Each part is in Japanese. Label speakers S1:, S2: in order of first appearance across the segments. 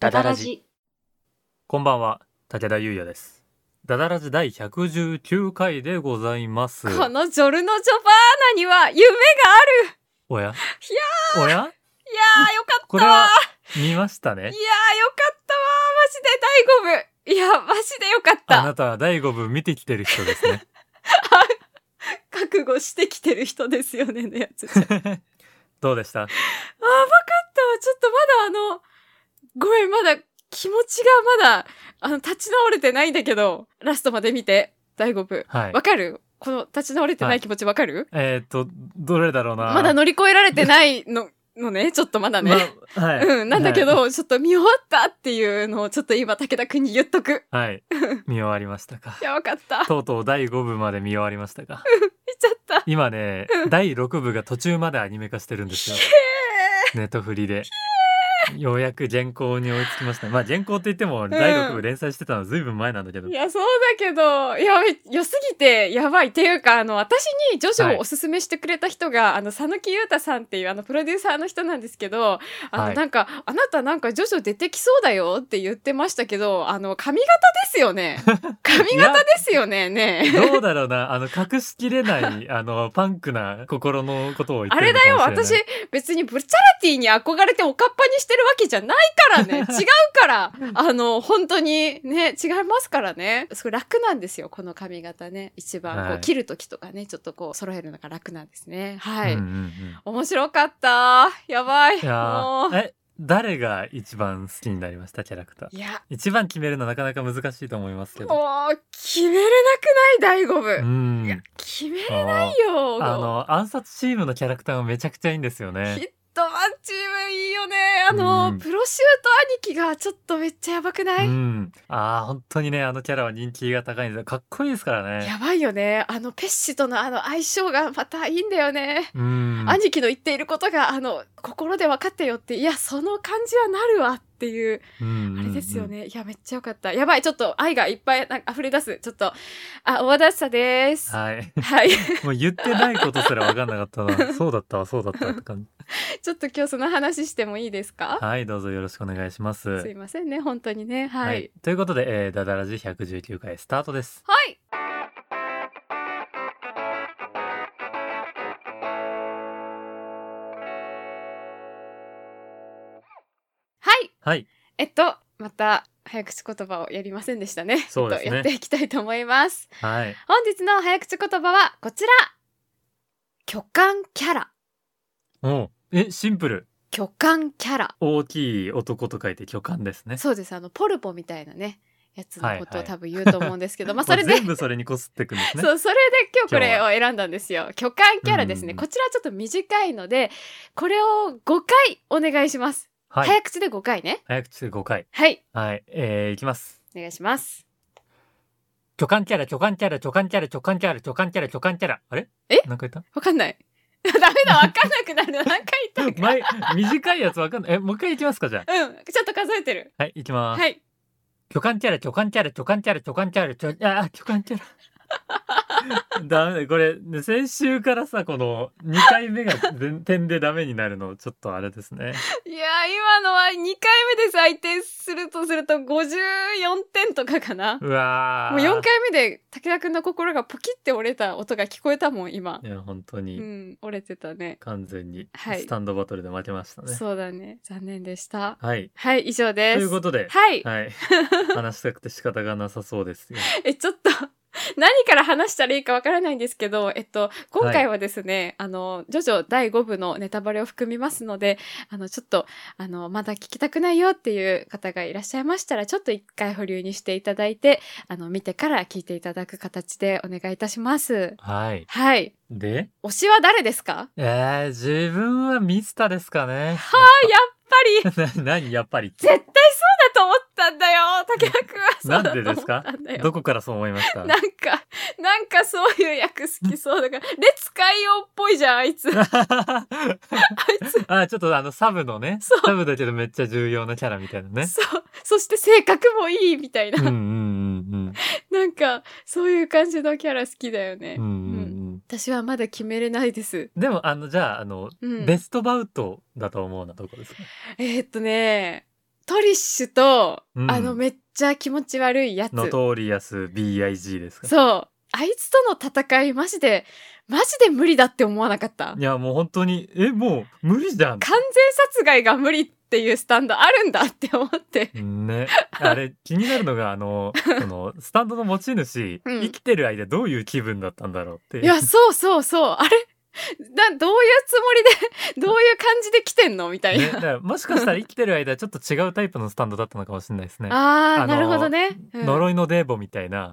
S1: ダダラジ。
S2: こんばんは、武田優也です。ダダラジ第119回でございます。
S1: このジョルノ・ジョバーナには夢がある
S2: おやおや
S1: いやーよか
S2: こ
S1: っ
S2: れ
S1: たわ
S2: は見ました
S1: いや
S2: ね
S1: ー。よかったわマジで第5部いやマジでよかっ
S2: あな
S1: た
S2: たは第5部見てきてる人です ね。
S1: 覚悟してきてる人ですよねのやつじゃあーわかったわ
S2: どうでした
S1: ちょっとまだあのごめんまだ気持ちがまだあの立ち直れてないんだけどラストまで見て第5部
S2: はい
S1: わ。かるこの立ち直れてない気持ちわかる、
S2: えーっと、どれだろうな。
S1: まだ乗り越えられてないののねちょっとまだね、
S2: まはい。
S1: うん、なんだけど、
S2: は
S1: ちょっと見終わったっていうのをちょっと今、武田くんに言っとく。
S2: い。はい。見終わりましたか
S1: い。や、わかった。見
S2: とうとう第5部まで見終わりましたか。
S1: ちゃった。
S2: 今ね、第6部が途中までアニメ化してるんですよ。ネットフリで。ようやく原稿に追いつきました。まあ原稿って言っても第6部連載してたのずいぶん前なんだけど。
S1: いや、そうだけど、いや、良すぎて、やばい。っていうか、あの、私にジョジョをおすすめしてくれた人が、あの、佐野木優太さんっていう、あの、プロデューサーの人なんですけど、あの、
S2: はい
S1: なんか、あなたなんかジョジョ出てきそうだよって言ってましたけど、あの、髪型ですよ ね。髪型ですよね、ねえ。
S2: どうだろうな、あの隠しきれない、あのパンクな心のことを言っ
S1: あ
S2: て
S1: れ
S2: るの
S1: だよ、
S2: かもし
S1: 私
S2: れない。、
S1: 別にブチャラティに憧れておかっぱにしてるわけじゃないからね。違うから。あの、本当にね、違いますからね。すごい楽なんですよ、この髪型ね。一番、こ
S2: は
S1: う、
S2: い
S1: 切るときとかね、ちょっとこう、揃えるのが楽なんですね。はい。
S2: うんうんうん
S1: 面白かった。やばい。
S2: いや
S1: もう
S2: ーえ誰が一番好きになりましたキャラクター。
S1: いや、
S2: 一番決めるのなかなか難しいと思いますけど。
S1: もう、決めれなくない、第五
S2: う
S1: 部。
S2: ん。
S1: 決めれ
S2: あ
S1: ないよ。
S2: ーあの暗殺チームのキャラクターもめちゃくちゃいいんですよ
S1: ヒ
S2: ね。
S1: ットマンチームいいよね。あの、
S2: うん
S1: プロシュート兄貴がちょっとめっちゃやばくない、
S2: うん。ああ本当にねあのキャラは人気が高いんですよ。かっこいいですからね。
S1: やばいよね。あの、ペッシとのあの相性がまたいいんだよね。
S2: うん。
S1: 兄貴の言っていることが、あの、心で分かってよって、いや、その感じはなるわっていう、
S2: うん
S1: あれですよ。ね。いや、めっちゃよかった。やばい、ちょっと愛がいっぱいなんか溢れ出す。ちょっと、あ、大和田さです。は
S2: はい。
S1: い。
S2: もう言ってないことすら分かんなかったな。 そうだったわ、そうだったわって感じ。
S1: ちょっと今日その話してもいいですか
S2: はい、どうぞよろしくお願いします。
S1: すいませんね、本当にね。は
S2: はいい。。ということで、えー、ダダラジ119回スタートです。
S1: はい。はい。
S2: はい。
S1: えっと、また早口言葉をやりませんでしたね。
S2: そうですね
S1: えっとやっていきたいと思います。
S2: はい。
S1: 本日の早口言葉はこちら。巨漢キャラ。
S2: おうえ、シンプル。
S1: 巨漢キャラ。
S2: 大きい男と書いて巨漢ですね。
S1: そうです。あの、ポルポみたいなね、やつのこと
S2: はいはい
S1: を多分言うと思うんですけど、まあ、それ
S2: も
S1: で
S2: う全部それにこすってくんですね。
S1: そう、それで今日これを選んだんですよ。巨漢キャラですね。
S2: うん
S1: こちらちょっと短いので、これを5回お願いします。
S2: はい。
S1: 早口で5回ね。
S2: 早口で5回。
S1: はい、
S2: はい。えー、いきます。
S1: お願いします。
S2: 巨漢キャラ、巨漢キャラ、巨漢キャラ、巨漢キャラ、巨漢キャラ、巨漢キャラ。あれ
S1: え
S2: なんか言った
S1: わかんない。 ダメだ、わかんなくなる。 何回言った
S2: 前、短いやつわかんない。え、もう一回いきますか、じゃあ。
S1: うん、ちょっと数えてる。
S2: はい、いきます。
S1: はい。
S2: 巨漢キャラ、巨漢キャラ、巨漢キャラ、巨漢キャラ、巨あー、巨漢キャラ。 ダメだ、これ、ね、先週からさ、この2回目が 全点でダメになるの、ちょっとあれですね。
S1: いやー、今のは2回目で採点するとすると54点とかかな。
S2: うわー。
S1: もう4回目で武田くんの心がポキって折れた音が聞こえたもん、今。
S2: いや、本当
S1: う
S2: に、
S1: ん、折れてたね。
S2: 完全に、
S1: はい
S2: スタンドバトルで負けましたね。
S1: そうだね。残念でした。
S2: はい。
S1: はい、以上で
S2: と
S1: す。
S2: いうことで、
S1: はい。
S2: はい。話したくて仕方がなさそうですよ。
S1: え、ちょっと、 何から話したらいいかわからないんですけど、えっと、今回はですね、あの、ジョジョ第5部のネタバレを含みますので、あの、ちょっと、あの、まだ聞きたくないよっていう方がいらっしゃいましたら、ちょっと一回保留にしていただいて、あの、見てから聞いていただく形でお願いいたします。
S2: はい。
S1: はい。
S2: で、
S1: 推しは誰ですか
S2: えー、自分はミスタですかね。
S1: あ、やっぱり、絶
S2: な何やっぱりって
S1: 対そうだと思ったんだよ竹田くんはそうだと思ったんだよ。
S2: どこからそう思いました
S1: なんか、なんかそういう役好きそうだから、レッツ海洋っぽいじゃん、あいつ。あいつ。
S2: あ、ちょっとあの、サブのね。
S1: そう
S2: サブだけどめっちゃ重要なキャラみたいなね。
S1: そう。そして性格もいいみたいな。
S2: うんうんうん
S1: なんか、そういう感じのキャラ好きだよね。
S2: うん。うんうん
S1: 私はまだ決めれないです。
S2: うん。でも、あの、じゃあ、あの、
S1: うん。
S2: ベストバウトだと思うなとこですか。
S1: えーっとね、トリッシュと、
S2: うん
S1: あのめっちゃ気持ち悪いやつ
S2: ノトリアス BIG ですか
S1: そうあいつとの戦いマジでマジで無理だって思わなかった
S2: いやもう本当にえもう無理じゃん
S1: 完全殺害が無理っていうスタンドあるんだって思って
S2: ね、あれ気になるのがあ のそのスタンドの持ち主、
S1: うん
S2: 生きてる間どういう気分だったんだろうって
S1: いやそうそうそうあれ などういうつもりで どういう感じで来てんのみたいな、
S2: ね、だからもしかしたら生きてる間ちょっと違うタイプのスタンドだったのかもしれないですね。
S1: あー
S2: あのー
S1: なるほどね、うん
S2: 呪いのデーボみたいな
S1: あ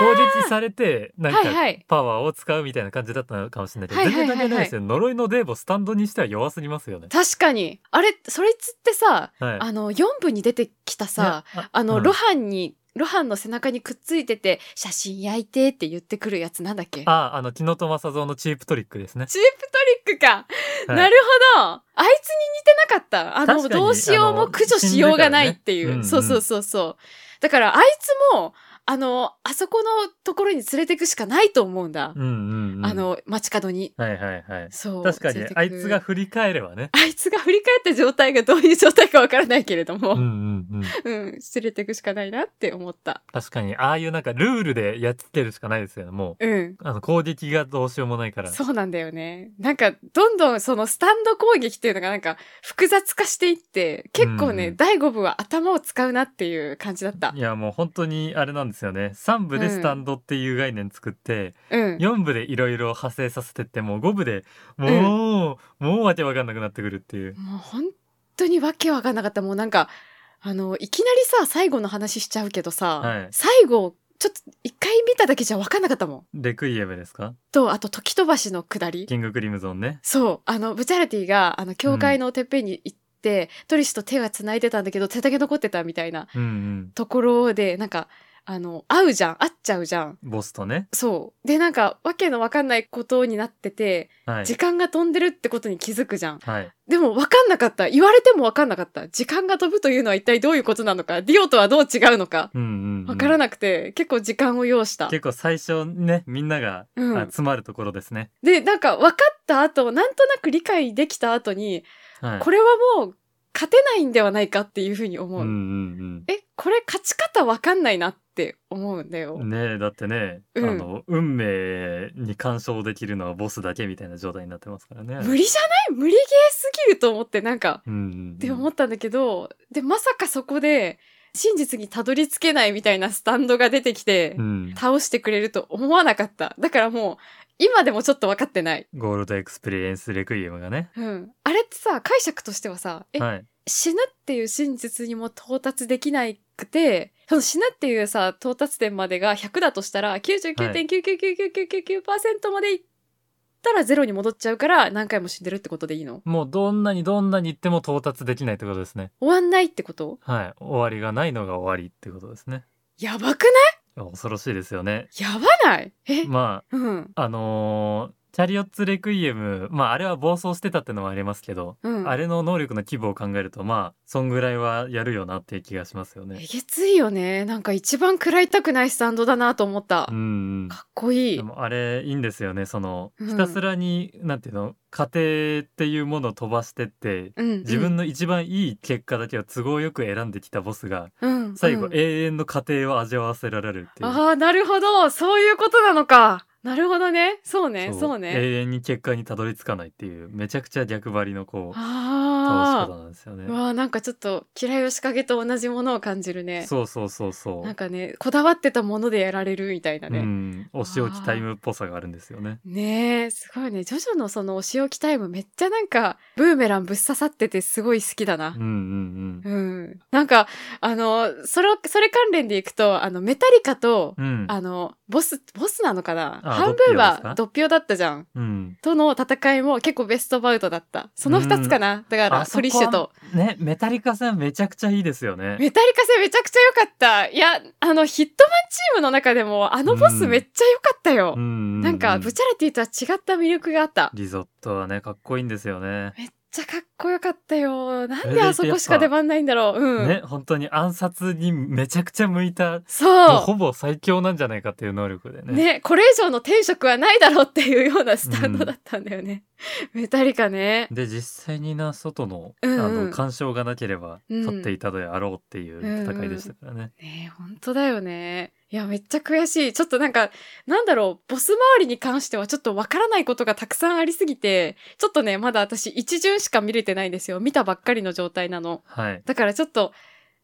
S2: 攻撃されてなんか
S1: はいはい
S2: パワーを使うみたいな感じだったのかもしれないけど、
S1: はいはいはいは
S2: 全然
S1: い
S2: 関係ないですよ呪いのデーボスタンドにしては弱すぎますよね。
S1: 確かにあれそれつってさ
S2: はい、
S1: あの4部に出てきたさ、
S2: ねあ
S1: あの、
S2: うん
S1: 露伴に、露伴の背中にくっついてて、写真焼いてって言ってくるやつなんだっけチー
S2: ああの木野戸正蔵のチープトリックですね
S1: プ。トリック
S2: は
S1: か、
S2: い
S1: なるほどあいつに似てなかったあ
S2: 確
S1: の、
S2: かに
S1: どうしよう
S2: あ
S1: も
S2: の
S1: 駆除しようがないっていう。
S2: 死んでた
S1: そ
S2: らね
S1: うそうそうそう。だから、あいつも、あの、あそこのところに連れてくしかないと思うんだ。
S2: うんうんうん、
S1: あの、街角に。
S2: はいはいはい。
S1: そう。
S2: 確か
S1: 連
S2: に
S1: れてく
S2: あいつが。振り返ればね。
S1: あいつが振り返った状態がどういう状態かわからないけれども、
S2: うんうんうん。
S1: うん、連れてくしかないなって思った。
S2: 確かにああいうなんかルールでやっつけるしかないですよねも
S1: うん。
S2: うあの攻撃がどうしようもないから
S1: そうなんだよね。なんか、どんどんそのスタンド攻撃っていうのがなんか複雑化していって、結構ね、
S2: うん
S1: 第5部は頭を使うなっていう感じだった
S2: い。やもう本当にあれなんですよね3部でスタンドっていう概念作って、
S1: うん。
S2: 4部でいろいろ派生させてってもう5部でもう、もうわけわかんなくなってくるっていう
S1: もう本当にわけわかんなかった。もうなんか、あの、いきなりさ、最後の話しちゃうけどさ、
S2: はい
S1: 最後、ちょっと一回見ただけじゃわかんなかったもん。
S2: レクイエムですか
S1: と、あと、時飛ばしの下り。
S2: キングクリムゾンね
S1: そう、あの、ブチャラティが、あの、教会のてっぺんに行って、トリスと手が繋いでたんだけど、手だけ残ってたみたいな
S2: うんうん
S1: ところで、なんか、あの、会うじゃん、会っちゃうじゃん。
S2: ボスとね
S1: そう。で、なんか、わけのわかんないことになってて、
S2: はい
S1: 時間が飛んでるってことに気づくじゃん。
S2: はい
S1: でも、わかんなかった。言われてもわかんなかった。時間が飛ぶというのは一体どういうことなのか、ディオとはどう違うのか、
S2: うんうんうん
S1: わからなくて、結構時間を要した。
S2: 結構最初ねみんなが、
S1: うん
S2: あ詰まるところですね
S1: で、なんか、わかった後、なんとなく理解できた後に、
S2: はい
S1: これはもう、勝てないんではないかっていうふうに思う。
S2: うんうん
S1: え、これ勝ち方わかんないなって思うんだよ。
S2: うんねえだってね、
S1: うん
S2: あの運命に干渉できるのはボスだけみたいな状態になってますからね
S1: 無理じゃない無理ゲーすぎると思って、なんか、
S2: うんうん
S1: って思ったんだけど、で、まさかそこで、真実にたどり着けないみたいなスタンドが出てきて
S2: う、ん、
S1: 倒してくれると思わなかった。だからもう、今でもちょっと分かってない。
S2: ゴールドエクスペリエンスレクイエムがね
S1: うん。あれってさ、解釈としてはさ、え、
S2: はい
S1: 死ぬっていう真実にも到達できなくて、その死ぬっていうさ、到達点までが100だとしたら、99.9999999%までいったらゼロに戻っちゃうから、何回も死んでるってことでいいの
S2: もうどんなにどんなに言っても到達できないってことですね
S1: 終わんないってこと
S2: はい終わりがないのが終わりってことですね
S1: やばく
S2: いや恐ろしいですよね
S1: ないやばないえ、
S2: ま
S1: うん。
S2: ああのーキャリオッツ・レクイエムまああれは暴走してたってのもありますけど、
S1: うん。
S2: あれの能力の規模を考えるとまあそんぐらいはやるよなっていう気がしますよ
S1: え
S2: ね
S1: げついよね。なんか一番食らいたくないスタンドだなと思った。
S2: うんうん
S1: かっこいい
S2: で。もあれいいんですよねその
S1: うん
S2: ひたすらに、なんていうの家庭っていうものを飛ばしてって
S1: うん、
S2: 自分の一番いい結果だけを都合よく選んできたボスが
S1: の
S2: 最後、永遠の家庭を味わわせられるっていう
S1: ああ、なるほど。そういうことなのか。なるほどね。そうね、そうね。
S2: 永遠に結果にたどり着かないっていうめちゃくちゃ逆張りのこう倒し
S1: あ
S2: 方なんですよ
S1: あ。
S2: ね
S1: うわーなんかちょっと、嫌いを仕掛けと同じものを感じるね。
S2: そうそうそうそ
S1: なん
S2: う、
S1: かね、こだわってたものでやられるみたいな
S2: う
S1: ね。
S2: んお仕置きタイムっぽさがあるんですよね
S1: ねえ、すごいね。ジョジョのそのお仕置きタイムめっちゃなんか、ブーメランぶっ刺さっててすごい好きだな。
S2: うんうん
S1: うん。なんか、あの、それ、それ関連でいくと、あの、メタリカと、
S2: うんうん
S1: あの、ボス、ボスなのかな
S2: あ
S1: 半分
S2: ドッピオですか
S1: はドッピオだったじゃん。
S2: うん
S1: との戦いも結構ベストバウトだった。その二つかな、だから、
S2: あそこは
S1: トリッシュと。
S2: ねメタリカさんめちゃくちゃいいですよね
S1: メタリカ戦めちゃくちゃ良かった。いや、あの、ヒットマンチームの中でも、あのボスめっちゃ良かったよ。
S2: うんうう
S1: なんか、ブチャラティとは違った魅力があった。
S2: リゾットはねかっこいいんですよね
S1: めっちゃかっこよかったよ。な
S2: そ
S1: ん
S2: れ
S1: で
S2: でいて
S1: あそこしか出番ないんだろう。うん。
S2: ね、本当に暗殺にめちゃくちゃ向いた、もう
S1: そ
S2: ほぼ最強なんじゃないかっていう能力で
S1: う。
S2: ね。
S1: ね、これ以上の天職はないだろうっていうようなスタンドだったんだよね。メタリカね。
S2: で、実際にな、外の、
S1: うんうん
S2: あの、干渉がなければ、
S1: うん
S2: 取っていたであろうっていう戦いでしたからね。
S1: ねえ、本当だよね。いや、めっちゃ悔しい。ちょっとなんか、なんだろう、ボス周りに関してはちょっとわからないことがたくさんありすぎて、ちょっとね、まだ私一巡しか見れてないんですよ。見たばっかりの状態なの。
S2: はい。
S1: だからちょっと、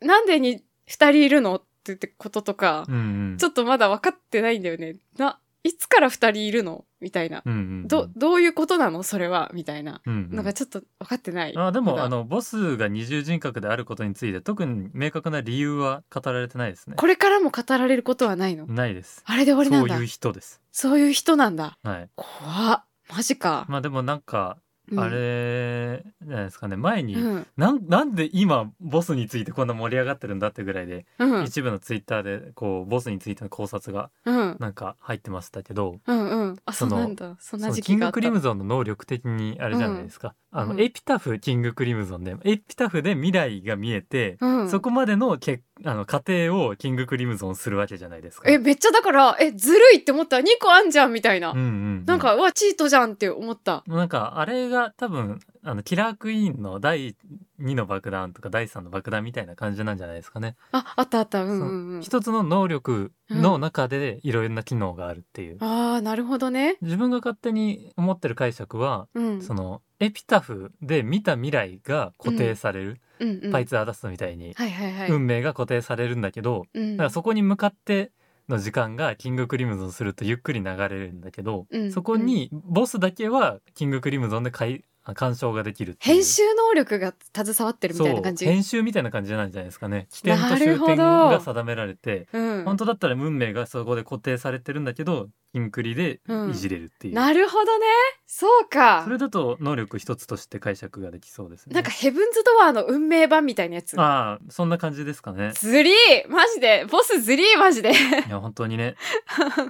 S1: なんでに二人いるのって言ってこととか、
S2: うんうん。
S1: ちょっとまだ分かってないんだよね。な、いつから二人いるのみたいな。
S2: うんうんうん
S1: ど、どういうことなのそれはみたいな
S2: うんうん
S1: のがちょっと分かってない。
S2: あで
S1: の
S2: も
S1: が
S2: あのボスが二重人格であることについて特に明確な理由は語られてないですね。
S1: これからも語られることはないの
S2: ないです。
S1: あれで終わりな
S2: そ
S1: ん
S2: う
S1: だ
S2: いう。人です。
S1: そういう人なんだ。
S2: はい。
S1: 怖っ。マジか。
S2: まあでもなんか、
S1: うん
S2: あれじゃないですかね前に、
S1: うん。
S2: なんなんで今ボスについてこんな盛り上がってるんだってぐらいで、
S1: うん。
S2: 一部のツイッターでこうボスについての考察が
S1: うん。
S2: なんか入ってましたけど。
S1: うん。うん。あ、そ
S2: そうの
S1: なんだ。そん
S2: そ
S1: な
S2: の
S1: 時
S2: キ
S1: 期
S2: ン
S1: があ
S2: グ
S1: っ
S2: ク
S1: た。
S2: リムゾンの能力的にあれじゃないですか、あの
S1: うん
S2: エピタフキングクリムゾンでエピタフで未来が見えて、
S1: うん。
S2: そこまでのけあの過程をキングクリムゾンするわけじゃないですか。
S1: え、めっちゃだから、え、ずるいって思った。2個あんじゃんみたいな。
S2: うんうんうん
S1: なんか、うわ、チートじゃんって思った。
S2: なんかあれが多分あのキラークイーンの第2の爆弾とか第3の爆弾みたいな感じなんじゃないですかね。
S1: あ、あったあった。うんうんうん。
S2: 一つの能力の中でいろいろな機能があるっていう。
S1: ああ、なるほどね。
S2: 自分が勝手に思ってる解釈は、
S1: うん。
S2: そのエピタフで見た未来が固定される、
S1: うんうん。
S2: パイツアダストみたいに
S1: はいはいはい。
S2: 運命が固定されるんだけど、
S1: うん。
S2: だからそこに向かっての時間がキングクリムゾンするとゆっくり流れるんだけど、
S1: うん
S2: そこにボスだけはキングクリムゾンでかいあ鑑賞ができるっていう
S1: 編集能力が携わってるみたいな感じ。
S2: そう編集みたいな感じなんじゃないですかね起点と
S1: なる
S2: 終
S1: ほど
S2: 点が定められて
S1: うん。
S2: 本当だったら運命がそこで固定されてるんだけどキンクリでいじれるっていう、
S1: なるほどね。そうか
S2: そ。れだと能力一つとして解釈ができそうですね
S1: なんかヘブンズドアの運命版みたいなやつ。
S2: ああそんな感じですか ね
S1: ずりーマジでボスずりーマジで
S2: いや本当にね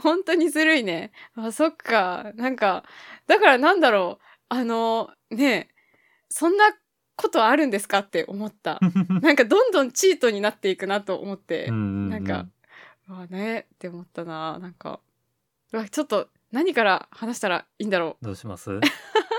S1: 本当にずるいね。あ、そっか。なんか、だからなんだろう。あの、ねえそんなことあるんですかって思った。なんかどんどんチートになっていくなと思って。
S2: な
S1: なんか、うわねって思ったな。なんか、うわ、ちょっと何から話したらいいんだろ
S2: どうします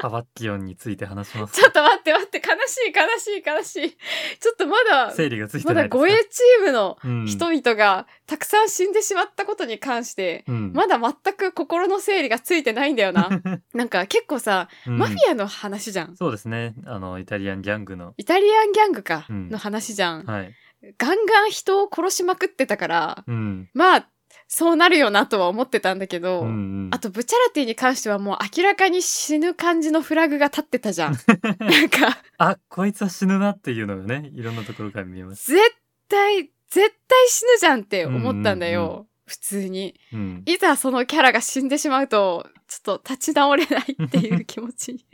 S2: アバッキオンについて話しま
S1: う。
S2: す
S1: ちょっと待って待って、悲しい悲しい悲しい。ちょっとまだ、
S2: 整理がついて
S1: ま
S2: ないで
S1: だ
S2: すか
S1: 護衛チームの
S2: うん
S1: 人々がたくさん死んでしまったことに関して、
S2: うん
S1: まだ全く心の整理がついてないんだ よな。なんか結構さ、
S2: うん
S1: マフィアの話じゃん。
S2: そうですねあのイタリアンギャングの
S1: イタリアンギャングか、
S2: うん
S1: の話じゃん。
S2: はい
S1: ガンガン人を殺しまくってたから、
S2: うん
S1: まあ、そうなるよなとは思ってたんだけど、
S2: うんうん
S1: あと、ブチャラティに関してはもう明らかに死ぬ感じのフラグが立ってたじゃ ん。なんか、
S2: あこいつは死ぬなっていうのがねいろんなところから見えます、
S1: 絶対、絶対死ぬじゃんって思ったんだよ。
S2: うんうん
S1: 普通に。
S2: うん、
S1: いざそのキャラが死んでしまうと、ちょっと立ち直れないっていう気持ちに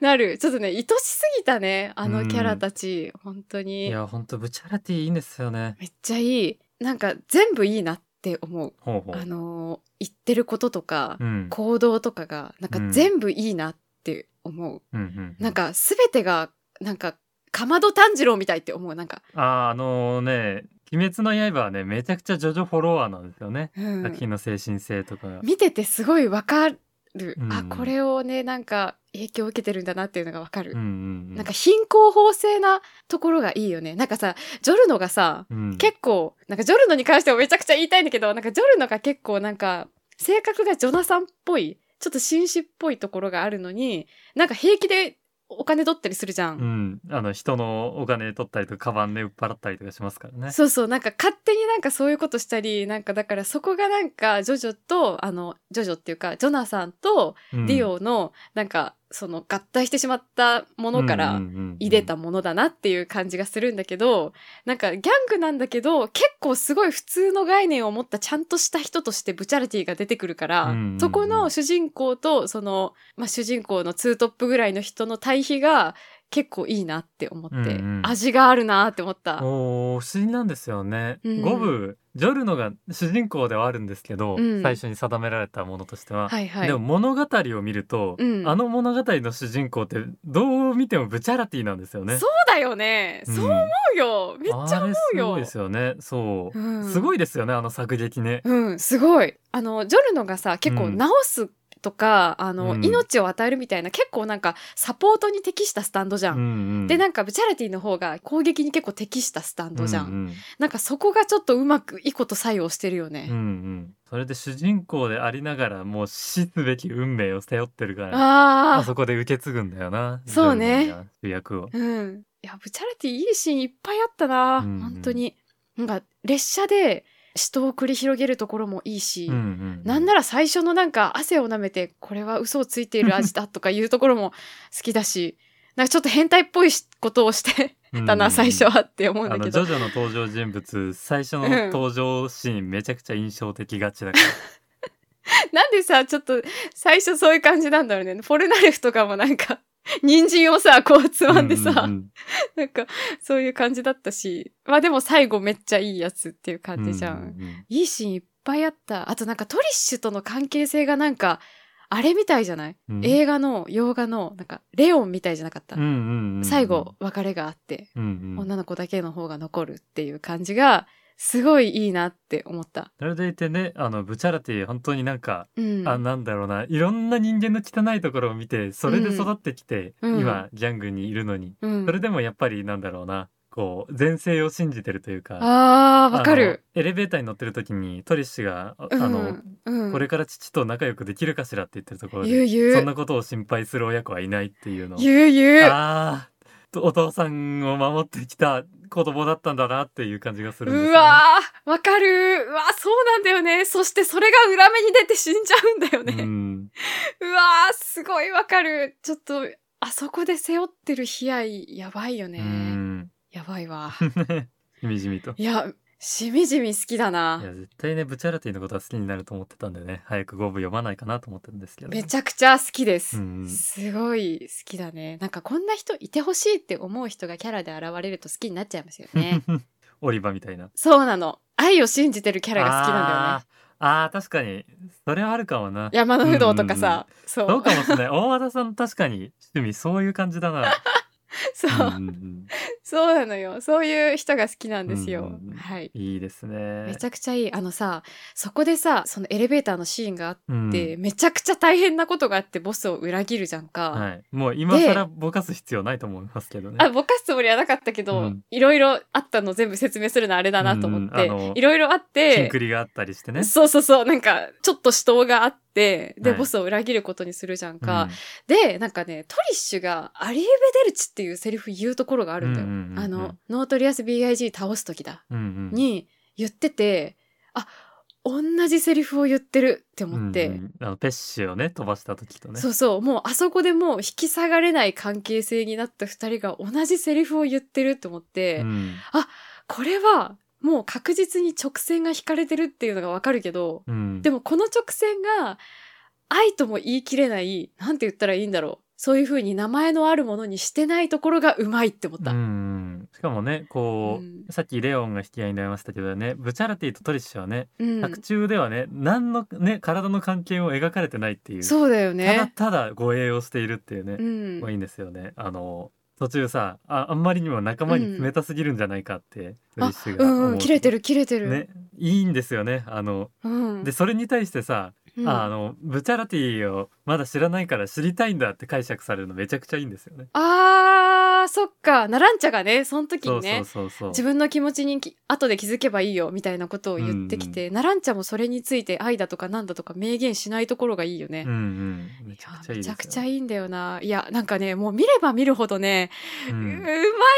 S1: なる。ちょっとね、愛しすぎたね。あのキャラたち。本当
S2: い
S1: に。
S2: やほんとブチャラティいいんですよね
S1: めっちゃいい。なんか全部いいなって思う。
S2: ほうほ
S1: あ
S2: う
S1: のー言ってることとか、
S2: うん
S1: 行動とかが、なんか
S2: うん
S1: 全部いいなって思う。
S2: うんうん
S1: なんかすべてが、なんか、かまど炭治郎みたいって思う。なんか、
S2: あーあのね「鬼滅の刃」はねめちゃくちゃジョジョフォロワーなんですよね、
S1: うん
S2: 作品の精神性とかが
S1: 見ててすごいわかる。
S2: うん
S1: あ、これをね、なんか影響を受けてるんだなっていうのがわかる。
S2: うんうんうん
S1: なんか貧困法制なところがいいよね。なんかさ、ジョルノがさ、
S2: うん
S1: 結構、なんかジョルノに関してもめちゃくちゃ言いたいんだけど、なんかジョルノが結構なんか、性格がジョナサンっぽい、ちょっと紳士っぽいところがあるのに、なんか平気でお金取ったりするじゃん。
S2: うん、あの人のお金取ったりとかカバンで売っ払ったりとかしますからね。
S1: そうそう、なんか勝手になんかそういうことしたり、なんかだからそこがなんかジョジョと、あの、ジョジョっていうか、ジョナさんと
S2: うん
S1: ディオの、なんかその合体してしまったものか
S2: う
S1: ら
S2: んうんうんうん
S1: 入れたものだなっていう感じがするんだけど、なんかギャングなんだけど、結構すごい普通の概念を持ったちゃんとした人としてブチャリティが出てくるから、
S2: うんうんうん
S1: そこの主人公とその、まあ、主人公のツートップぐらいの人の対比が、結構いいなって思って、
S2: うんうん
S1: 味があるなって思った。
S2: おー不思議なんですよね、
S1: うん
S2: 五部ジョルノが主人公ではあるんですけど、
S1: うん
S2: 最初に定められたものとしては、
S1: はいはい。
S2: でも物語を見ると、
S1: うん
S2: あの物語の主人公ってどう見てもブチャラティなんですよね
S1: そうだよね。そう思
S2: ん
S1: うよ。めっちゃ思うよ。
S2: あれすごいですよねそう、
S1: うん
S2: すごいですよねあの作劇ね
S1: うん、すごい。あの、ジョルノがさ、結
S2: う
S1: 構
S2: ん
S1: 直すとか、あの、
S2: うん
S1: 命を与えるみたいな、結構なんかサポートに適したスタンドじゃん。
S2: うんうん
S1: で、なんか、ブチャラティの方が攻撃に結構適したスタンドじゃん。
S2: うんうん
S1: なんかそこがちょっとうまくいいこと作用してるよ
S2: うんう
S1: ね。
S2: んそれで主人公でありながらもう死すべき運命を背負ってるからあ
S1: ああ、
S2: そこで受け継ぐんだよな
S1: そうね
S2: ジョルノが主役を
S1: うん。いや、ブチャラティいいシーンいっぱいあったな、
S2: うんうん
S1: 本当に。なんか、列車で死闘を繰り広げるところもいいし、
S2: うんうん
S1: なんなら最初のなんか汗を舐めて、これは嘘をついている味だとかいうところも好きだし、 なんかちょっと変態っぽいしことをして
S2: うん
S1: たな、最初はって思うん
S2: あ
S1: だ
S2: の
S1: け
S2: ジ
S1: ど。
S2: ョジョの登場人物最初の
S1: うん
S2: 登場シーンめちゃくちゃ印象的がちだから
S1: なんでさ、ちょっと最初そういう感じなんだろうね。フォルナレフとかもなんか、 人参をさ、こう つまんでさ、
S2: うんうん
S1: なんかそういう感じだったし、まあでも最後めっちゃいいやつっていう
S2: うん
S1: 感じじゃん。
S2: ううん
S1: いいシーンいっぱいあった。あとなんかトリッシュとの関係性がなんか、あれみたいじゃない、
S2: うん
S1: 映画の、洋画の、なんか、レオンみたいじゃなかった、
S2: うんうんうん
S1: 最後、別れがあって、
S2: うんうん
S1: 女の子だけの方が残るっていう感じが、すごいいいなって思った。
S2: それでいてねあのブチャラティ本当になんか、
S1: うん。
S2: あなんだろうないろんな人間の汚いところを見てそれで育ってきて、
S1: うん
S2: 今ギャングにいるのに、
S1: うん
S2: それでもやっぱりなんだろうなこう前世を信じてるというか
S1: あー、わかる。
S2: あのエレベーターに乗ってる時にトリッシュがあ
S1: うん
S2: あの、
S1: うん。
S2: これから父と仲良くできるかしらって言ってるところ
S1: 言う
S2: で
S1: 言う。
S2: そんなことを心配する親子はいないっていうのを
S1: 言う言う。
S2: あーお父さんを守ってきた子供だったんだなっていう感じがするんですよ、
S1: う
S2: ね、
S1: わー、わかる。うわー、そうなんだよね。そしてそれが裏目に出て死んじゃうんだよね。
S2: うん
S1: うわー、すごいわかる。ちょっと、あそこで背負ってる悲哀、やばいよ
S2: う
S1: ね。
S2: ん。
S1: やばいわ。
S2: しみじみと。い
S1: いや、しみじみ好きだな。
S2: や、絶対ね、ブチャラティのことは好きになると思ってたんでね、早く五部読まないかなと思ってるんですけど。
S1: めちゃくちゃ好きで
S2: う
S1: す。
S2: ん。
S1: すごい好きだね。なんかこんな人いてほしいって思う人がキャラで現れると好きになっちゃいますよね。
S2: オリバみたいな。
S1: そうなの。愛を信じてるキャ
S2: キ
S1: ラが好きなんだよね。。
S2: あーあー、確かに。それはあるかもな。
S1: 山の不動とかさ、そう。
S2: そうかもしれない。大和田さん、確かに趣味、そういう感じだ な。
S1: そう、
S2: うんうんうん
S1: そうなのよ。そういう人が好きなんです
S2: うん
S1: よ
S2: うんう。ん
S1: はい。
S2: いいですね。
S1: めちゃくちゃいい。あのさ、そこでさ、そのエレベーターのシーンがあっ
S2: うん
S1: て、めちゃくちゃ大変なことがあってボスを裏切るじゃんか。
S2: はい。もう今更ぼかす必要ないと思いますけどね。
S1: あ、ぼかすつもりはなかったけど、
S2: うん
S1: いろいろあったの全部説明するのあれだなと思って、
S2: うんうんあの
S1: いろいろあっ
S2: キン
S1: て
S2: ク、リがあったりしてね。
S1: そうそうそう、なんか、ちょっと死闘があって、で、
S2: はい
S1: ボスを裏切ることにするじゃん
S2: う
S1: か
S2: ん。
S1: で、なんかね、トリッシュが、アリーベデルチっていうセリフ言うところがあるんだよ。
S2: うんうんうんうん
S1: あの、ノートリアス BIG 倒すときだ。
S2: うんうん
S1: に言ってて、あ、同じセリフを言ってるって思って、
S2: うんうんあのペッシュをね飛ばした時とね
S1: そうそう、もうあそこでもう引き下がれない関係性になった二人が同じセリフを言ってるって思って、
S2: うん
S1: これはもう確実に直線が引かれてるっていうのがわかるけど、
S2: うん、
S1: でもこの直線が愛とも言い切れない、なんて言ったらいいんだろう。そういう風に名前のあるものにしてないところがうまいって思った。
S2: うんうん、しかもねこう、
S1: うん
S2: さっきレオンが引き合いになりましたけどねブチャラティとトリッシュはね
S1: うん。
S2: 作中ではね、何のね体の関係も描かれてないっていう
S1: そうだよ
S2: ただ
S1: ね。
S2: ただ護衛をしているっていうね、
S1: うん
S2: まあ。いいんですよねあの途中さああんまりにも仲間に冷たすぎるんじゃないかって、トリ
S1: あ
S2: ッシュ、
S1: う
S2: が思うん
S1: うん、切れてる切れてる。
S2: ねいいんですよねあの
S1: うん。
S2: でそれに対してさ、
S1: うん
S2: あのブチャラティをまだ知らないから知りたいんだって解釈されるのめちゃくちゃいいんですよね
S1: あー、そっか。ナランチャがね、その時にね、
S2: そうそうそう
S1: 自
S2: そう。
S1: 分の気持ちにき後で気づけばいいよ、みたいなことを言ってきて、ナランチャもそれについて愛だとかなんだとか明言しないところがいいよね。
S2: うんうん。め
S1: い
S2: ちゃ
S1: や
S2: くちゃいい
S1: め
S2: です
S1: ち
S2: よ。
S1: ゃくちゃいいんだよな。いや、なんかね、もう見れば見るほどね、
S2: う
S1: うんうま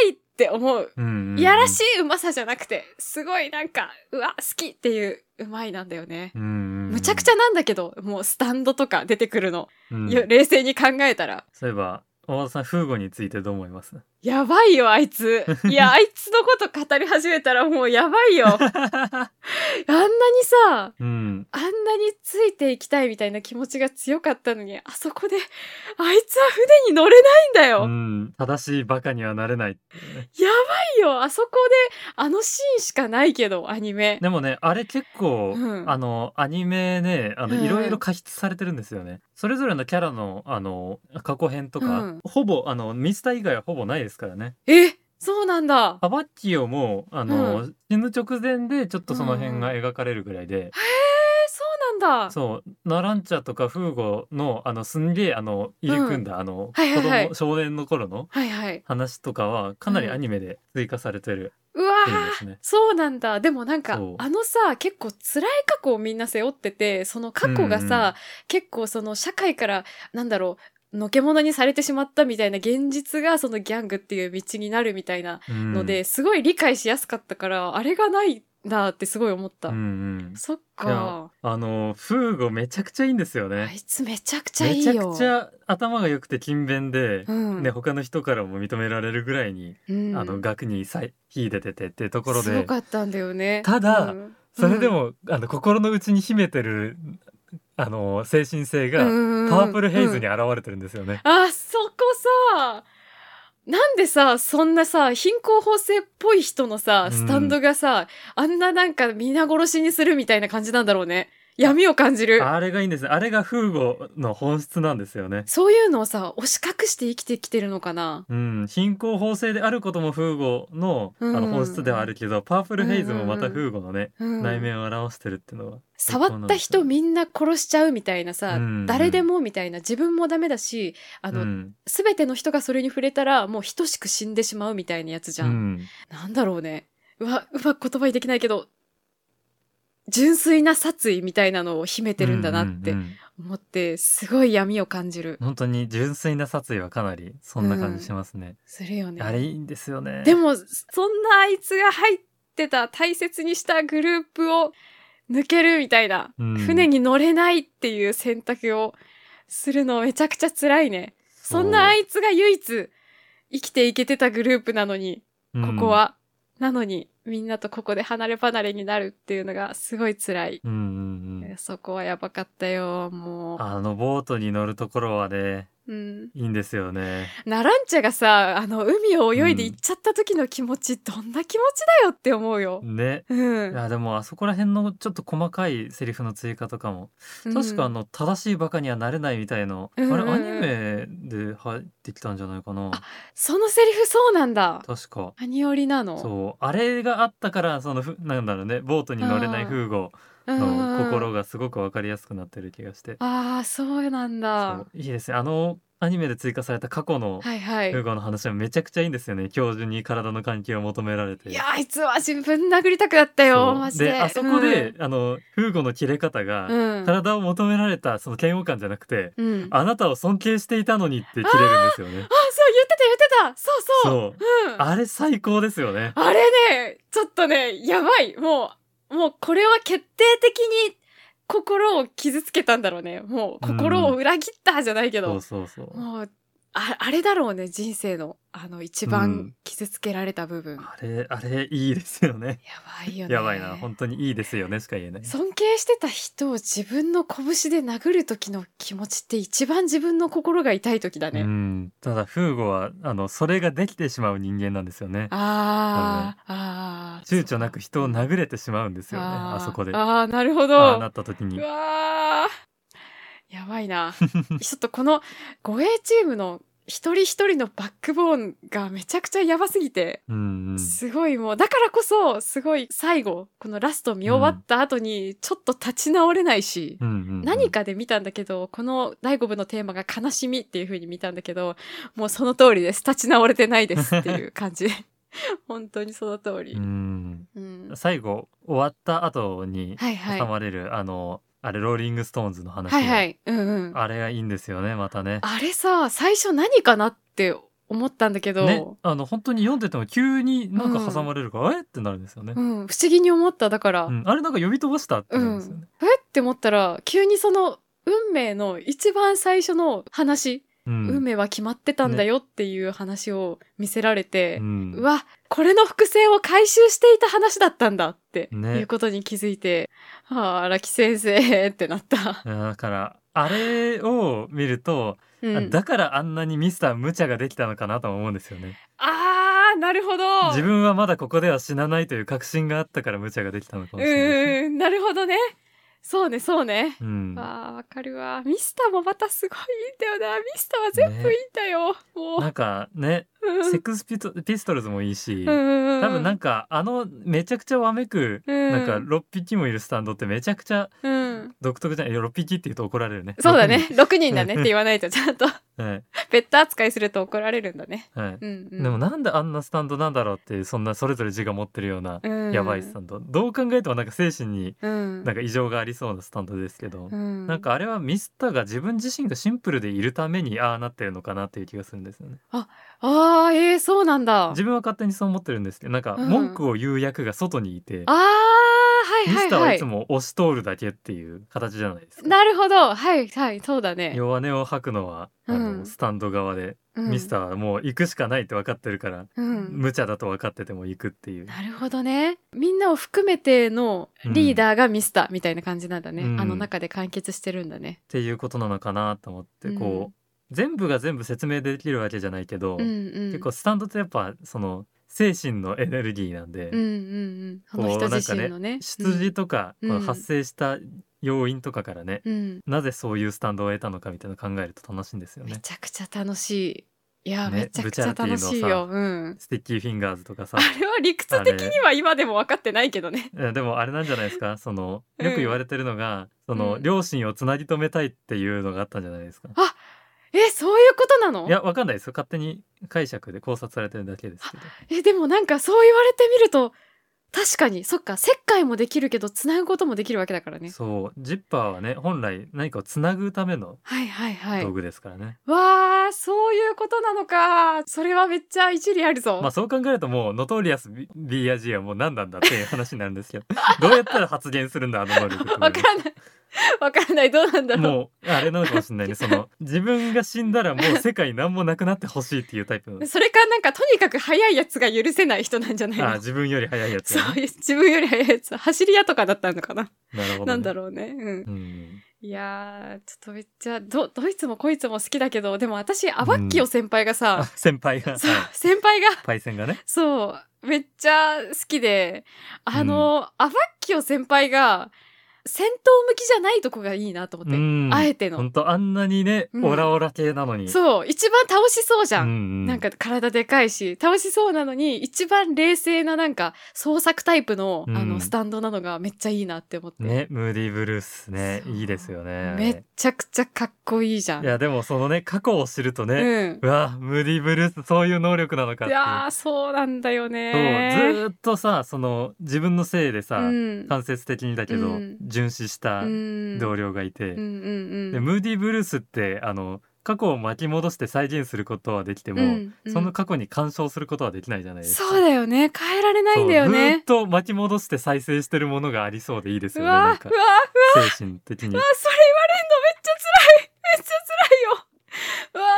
S1: いって思う。
S2: うんうんうん
S1: いやらし。いうまさじゃなくて、すごいなんか、うわ、好きっていううまいなんだよね。
S2: うんうんうん。
S1: むちゃくちゃなんだけど、もうスタンドとか出てくるの。
S2: うん
S1: いや冷静に考えたら。
S2: そういえば、大和田さん、フーゴについてどう思い ます
S1: やばいよ、あいつ。いや、あいつのこと語り始めたらもうやばいよ。あんなにさ、
S2: うん。
S1: あんなについていきたいみたいな気持ちが強かったのに、あそこで、あいつは船に乗れないんだよ、
S2: うん。正しいバカにはなれない。
S1: やばいよあそこで、あのシーンしかないけど、アニメ。
S2: でもね、あれ結構、
S1: うん
S2: あの、アニメね、あ
S1: うん
S2: の、いろいろ加筆されてるんですよね。それぞれのキャラの、あの、過去編とか、
S1: うん
S2: ほぼ、あの、ミスター以外はほぼないですからね。
S1: えそうなんだ
S2: パバッキオも、あの、
S1: う
S2: 死ぬ直前でちょっとその辺が
S1: う
S2: 描かれるぐらいで、
S1: えそうなんだ
S2: そう、ナランチャとかフーゴの、あの、すんげえ、あの、入り組んだ、あの、
S1: はいはいはい
S2: 子供、少年の頃の
S1: はいはい。
S2: 話とかは、かなりアニメで追加されてる
S1: うわ
S2: シーンで
S1: ー
S2: すね。
S1: そうなんだ。でもなんか
S2: そう、
S1: あのさ、結構辛い過去をみんな背負ってて、その過去が
S2: うんうん
S1: さ、結構その社会から、なんだろう、のけものにされてしまったみたいな現実がそのギャングっていう道になるみたいな
S2: うん
S1: ので、、すごい理解しやすかったから、あれがないなってすごい思った。
S2: うんうん。
S1: そっか。
S2: あの、フーゴめちゃくちゃいいんですよ
S1: あ
S2: ね。
S1: いつめちゃくちゃいいよ。
S2: めちゃくちゃ頭が良くて勤勉で、
S1: うん。
S2: ね、他の人からも認められるぐらいに、
S1: うん、
S2: あの、額にさ秀でててってところ
S1: すご
S2: で、
S1: かったんだよね。
S2: ただ
S1: うん
S2: それでも、あの、心の内に秘めてる、あの、精神性が、パ
S1: ワ
S2: ープルヘイズに現れてるんですよね。
S1: あ、そこさ、なんでさ、そんなさ、貧困法制っぽい人のさ、
S2: うん
S1: スタンドがさ、あんななんか皆殺しにするみたいな感じなんだろうね。闇を感じる。
S2: あれがいいんですね。あれがフーゴの本質なんですよね。
S1: そういうのをさ、押し隠して生きてきてるのかな。
S2: うん、貧困法制であることもフーゴの,、あ
S1: うん
S2: の本質ではあるけどパープルヘイズもまた
S1: うんうん
S2: フーゴのね、
S1: うん、
S2: 内面を表してるっていうのは
S1: 触った人みんな殺しちゃうみたいなさ、
S2: うん
S1: 誰でもみたいな、自分もダメだし、あ
S2: う
S1: の、
S2: ん
S1: すべ、ての人がそれに触れたら、もう等しく死んでしまうみたいなやつじゃん。
S2: うん
S1: なんだろうね。うわ、うまく言葉にできないけど、純粋な殺意みたいなのを秘めてるんだなって
S2: うんうんうん
S1: 思って、すごい闇を感じる。
S2: 本当に純粋な殺意はかなりそんな感じしますね、
S1: するよね。
S2: あれいいんですよね
S1: でも、そんなあいつが入ってた大切にしたグループを抜けるみたいな、
S2: うん
S1: 船に乗れないっていう選択をするのめちゃくちゃ辛いね。そんなあいつが唯一生きていけてたグループなのに、
S2: うん
S1: ここは。なのに、みんなとここで離れ離れになるっていうのがすごい辛い。
S2: うんうんうん
S1: そこはやばかったよ、も
S2: あのボートに乗るところはね
S1: う。うん。
S2: いいんですよね
S1: ナランチャがさ、あの、海を泳いで
S2: うん
S1: 行っちゃった時の気持ち、どんな気持ちだよって思うよ。
S2: ね
S1: うん
S2: い。やでもあそこら辺のちょっと細かいセリフの追加とかも確かあ
S1: うん
S2: の正しいバカにはなれないみたいな、
S1: うんう
S2: あ
S1: んうん
S2: れアニメで入ってきたんじゃないかな
S1: そのセリフそうなんだ。
S2: 確か
S1: 何よりなの。
S2: そうあれがあったからそのふなんだろうねボートに乗れないフーゴ
S1: う
S2: の心
S1: ん。
S2: がすごくわかりやすくなってる気がして、
S1: ああ、そうなん
S2: そ
S1: だ
S2: う。いいですねあのアニメで追加された過去の
S1: はいはい
S2: フー。ゴの話はめちゃくちゃいいんですよね教授に体の関係を求められて
S1: いや、あいつは自分殴りたくなった
S2: そ
S1: よ、マ
S2: う
S1: ジで。
S2: であそこで、あのフーゴの切れ方が、
S1: うん、うん。
S2: 体を求められたその嫌悪感じゃなくて
S1: うん、あ、
S2: あなたを尊敬していたのにって切れるんですよね。
S1: そう、言ってた言ってたそうそう
S2: そう。
S1: うん。
S2: あれ最高ですよね。
S1: あれね、ちょっとね、やばい。もう、もうこれは決定的に心を傷つけたんだろうね。もう心を裏切ったじゃないけ
S2: そ
S1: ど
S2: う。そうそう。
S1: もうあ、あれだろうね、人生の、あの、一番傷つけられた部分。や
S2: あれ、あれいいですよね。
S1: ばいよね。
S2: やばいな。本当にいいですよねしか言えない。
S1: 尊敬してた人を自分の拳で殴る時の気持ちって一番自分の心が痛い時だね。
S2: うん。ただ、フーゴは、あの、それができてしまう人間なんですよね。
S1: あーあー。
S2: 躊躇なく人を殴れてしまうんですよね。
S1: ー
S2: あそこで。あ
S1: ああ、なるほど。
S2: あなった時に
S1: う。わーやばいな ちょっとこの護衛チームの一人一人のバックボーンがめちゃくちゃやばすぎて、
S2: うんうん。
S1: すごいもうだからこそすごい最後このラスト見終わった後にちょっと立ち直れないし、
S2: うんうんうん
S1: 何かで見たんだけどこの第5部のテーマが悲しみっていう風に見たんだけどもうその通りです立ち直れてないですっていう感じ 本当にその通り、
S2: うん
S1: うん
S2: 最後、終わった後に
S1: はいはい
S2: 挟まれる、あの、あれ、ローリングストーンズの話。
S1: はいはいうんうん
S2: あれがいいんですよね、またね。
S1: あれさ、最初何かなって思ったんだけど、
S2: ね、あの本当に読んでても急になんか挟まれるから、あれってなるんですよね
S1: う。ん、不思議に思った。だから、
S2: うん、あれなんか呼び飛ばしたってなるんですよね。
S1: えって思ったら、急にその運命の一番最初の話、
S2: うん
S1: 運命は決まってたんだよっていう話を見せられて、
S2: うん
S1: うわ、これの複製を回収していた話だったんだって、
S2: ね
S1: いうことに気づいて、ああ、荒木先生って なった。
S2: だからあれを見ると、
S1: う
S2: あ
S1: ん、
S2: だからあんなにミスター無茶ができたのかなとも思うんですよね
S1: あー、なるほど。
S2: 自分はまだここでは死なないという確信があったから無茶ができたのか
S1: う
S2: もしれない
S1: ーん、なるほどね。そうね、そうね。
S2: うん
S1: わあ、わかるわ。ミスターもまたすごいいいんだよな。ミスターは全部いいんだよ。もう
S2: なんかね
S1: うん。
S2: セックスピトピストルズもいいし、
S1: 多
S2: 多分なんかあのめちゃくちゃわめく、
S1: うん
S2: なんか6匹もいるスタンドってめちゃくちゃ
S1: うん。
S2: 独特じゃないいや6匹って言うと怒られるね
S1: そうだね。6人だねって言わないと、ちゃんと、
S2: 6人
S1: ペット扱いすると怒られるんだね。
S2: はい、はい
S1: うん、うん。
S2: でもなんであんなスタンドなんだろうっていうそんなそれぞれ字が持ってるような
S1: うん、
S2: やばいスタンド、どう考えてもなんか精神に
S1: うん。
S2: なんか異常がありそうなスタンドですけど、
S1: うん、
S2: なんかあれはミスターが自分自身がシンプルでいるためにああなってるのかなっていう気がするんですよね
S1: ああええそうなんだあ
S2: 自分は勝手にそう思ってるんですけどなんか
S1: うん
S2: 文句を言う役が外にいて、
S1: あーはい
S2: ミ
S1: は
S2: ス
S1: い
S2: ターは
S1: はいい
S2: つも押し通るだけっていう形じゃないですか。
S1: なるほどはいはいそうだね、
S2: 弱音を吐くのは、あの
S1: うん
S2: スタンド側で、
S1: うん、
S2: ミスターはもう行くしかないって分かってるから、
S1: うん、
S2: 無茶だと分かってても行くっていう。
S1: なるほどねみんなを含めてのリーダーがミスターみたいな感じなんだね、
S2: うん
S1: あの中で完結してるんだね
S2: っていうことなのかなと思って、
S1: うん
S2: こう全部が全部説明できるわけじゃないけど、
S1: うんうん
S2: 結構スタンドってやっぱその精神のエネルギーなんで、
S1: うんうんうんその
S2: こう
S1: 人自身のね
S2: 出自とか、
S1: うん
S2: こ
S1: う
S2: の
S1: ん
S2: 発生した要因とかからね、
S1: うん、うん
S2: なぜそういうスタンドを得たのかみたいなの考えると楽しいんですよ
S1: め
S2: ね。
S1: ちゃくちゃ楽しいいや、
S2: ね
S1: めちゃくちゃ楽しい
S2: ブチャラティの
S1: よ、うん、
S2: スティッキーフィンガーズとかさ
S1: あれは理屈的には今でも分かってないけどね
S2: えでもあれなんじゃないですかその
S1: うん
S2: よく言われてるのが、その
S1: うん
S2: 両親をつなぎ止めたいっていうのがあったんじゃないですか、
S1: えそういうことなの
S2: いやわかんないですよ勝手に解釈で考察されてるだけですけど
S1: え、でもなんかそう言われてみると、確かに、そっか、切開もできるけど、繋ぐこともできるわけだからね。
S2: そうジッパーはね本来何かをつなぐための
S1: はいはいはい。
S2: 道具ですからね、
S1: わー、そういうことなのか。それはめっちゃ一理あるぞ。
S2: まあそう考えるともうノトリアス B- B アジアもう何なんだっていう話になるんですけど どうやったら発言するんだあの能力って
S1: わかんない。わかんない。どうなんだろう。
S2: もうあれなのかもしれないねその自分が死んだらもう世界何もなくなってほしいっていうタイプの
S1: それかなんか、とにかく速いやつが許せない人なんじゃない
S2: あ
S1: の
S2: 自分より早いやつ、
S1: そ
S2: ね、
S1: ういう、自分より速いやつ。走り屋とかだったのかな。
S2: なるほど、ね、
S1: なんだろうね。うん。
S2: うん
S1: いやー、ちょっとめっちゃ、ど、どいつもこいつも好きだけど、でも私、アバッキオ先輩が
S2: あ
S1: さ、
S2: 先輩が、
S1: そう
S2: はい、
S1: 先輩が、
S2: パイセンがね。
S1: そう。めっちゃ好きで、あの、アバッキオ先輩が、戦闘向きじゃないとこがいいなと思っ
S2: う
S1: て。
S2: ん
S1: あえての。
S2: 本当あんなにね、
S1: うん
S2: オラオラ系なのに。う
S1: そう。一番倒しそうじゃん。
S2: ん
S1: なん、か体でかいし、倒しそうなのに、一番冷静ななんか、創作タイプの、
S2: うん
S1: あの、スタンドなのがめっちゃいいなって思って。
S2: ね、ムーディーブルースね、
S1: そう
S2: いいですよね。
S1: めっちゃくちゃかっこいいじゃん。
S2: いや、でもそのね、過去を知ると
S1: う
S2: ね、
S1: ん
S2: う。わ、ムーディーブルース、そういう能力なのかっ
S1: い
S2: てい
S1: やー、
S2: う。
S1: そうなんだよ
S2: そう、
S1: ね。
S2: ずーっとさ、その、自分のせいでさ、
S1: うん。
S2: 間接的にだけど、
S1: うん
S2: 殉死した
S1: うん
S2: 同僚がいて、
S1: うんうんうん。
S2: で、ムーディーブルースって、あの、過去を巻き戻して再現することはできても、
S1: うんうん
S2: その過去に干渉することはできないじゃないですか。
S1: そうだよね。変えられないんだよ
S2: そうずーっ
S1: ね。
S2: と巻き戻して再生してるものがありそうでいいです
S1: う
S2: よね。な
S1: わ
S2: ん
S1: う
S2: か
S1: わ
S2: 精神的に
S1: あ。それ言われんのめっちゃ辛いめっちゃ辛いよわ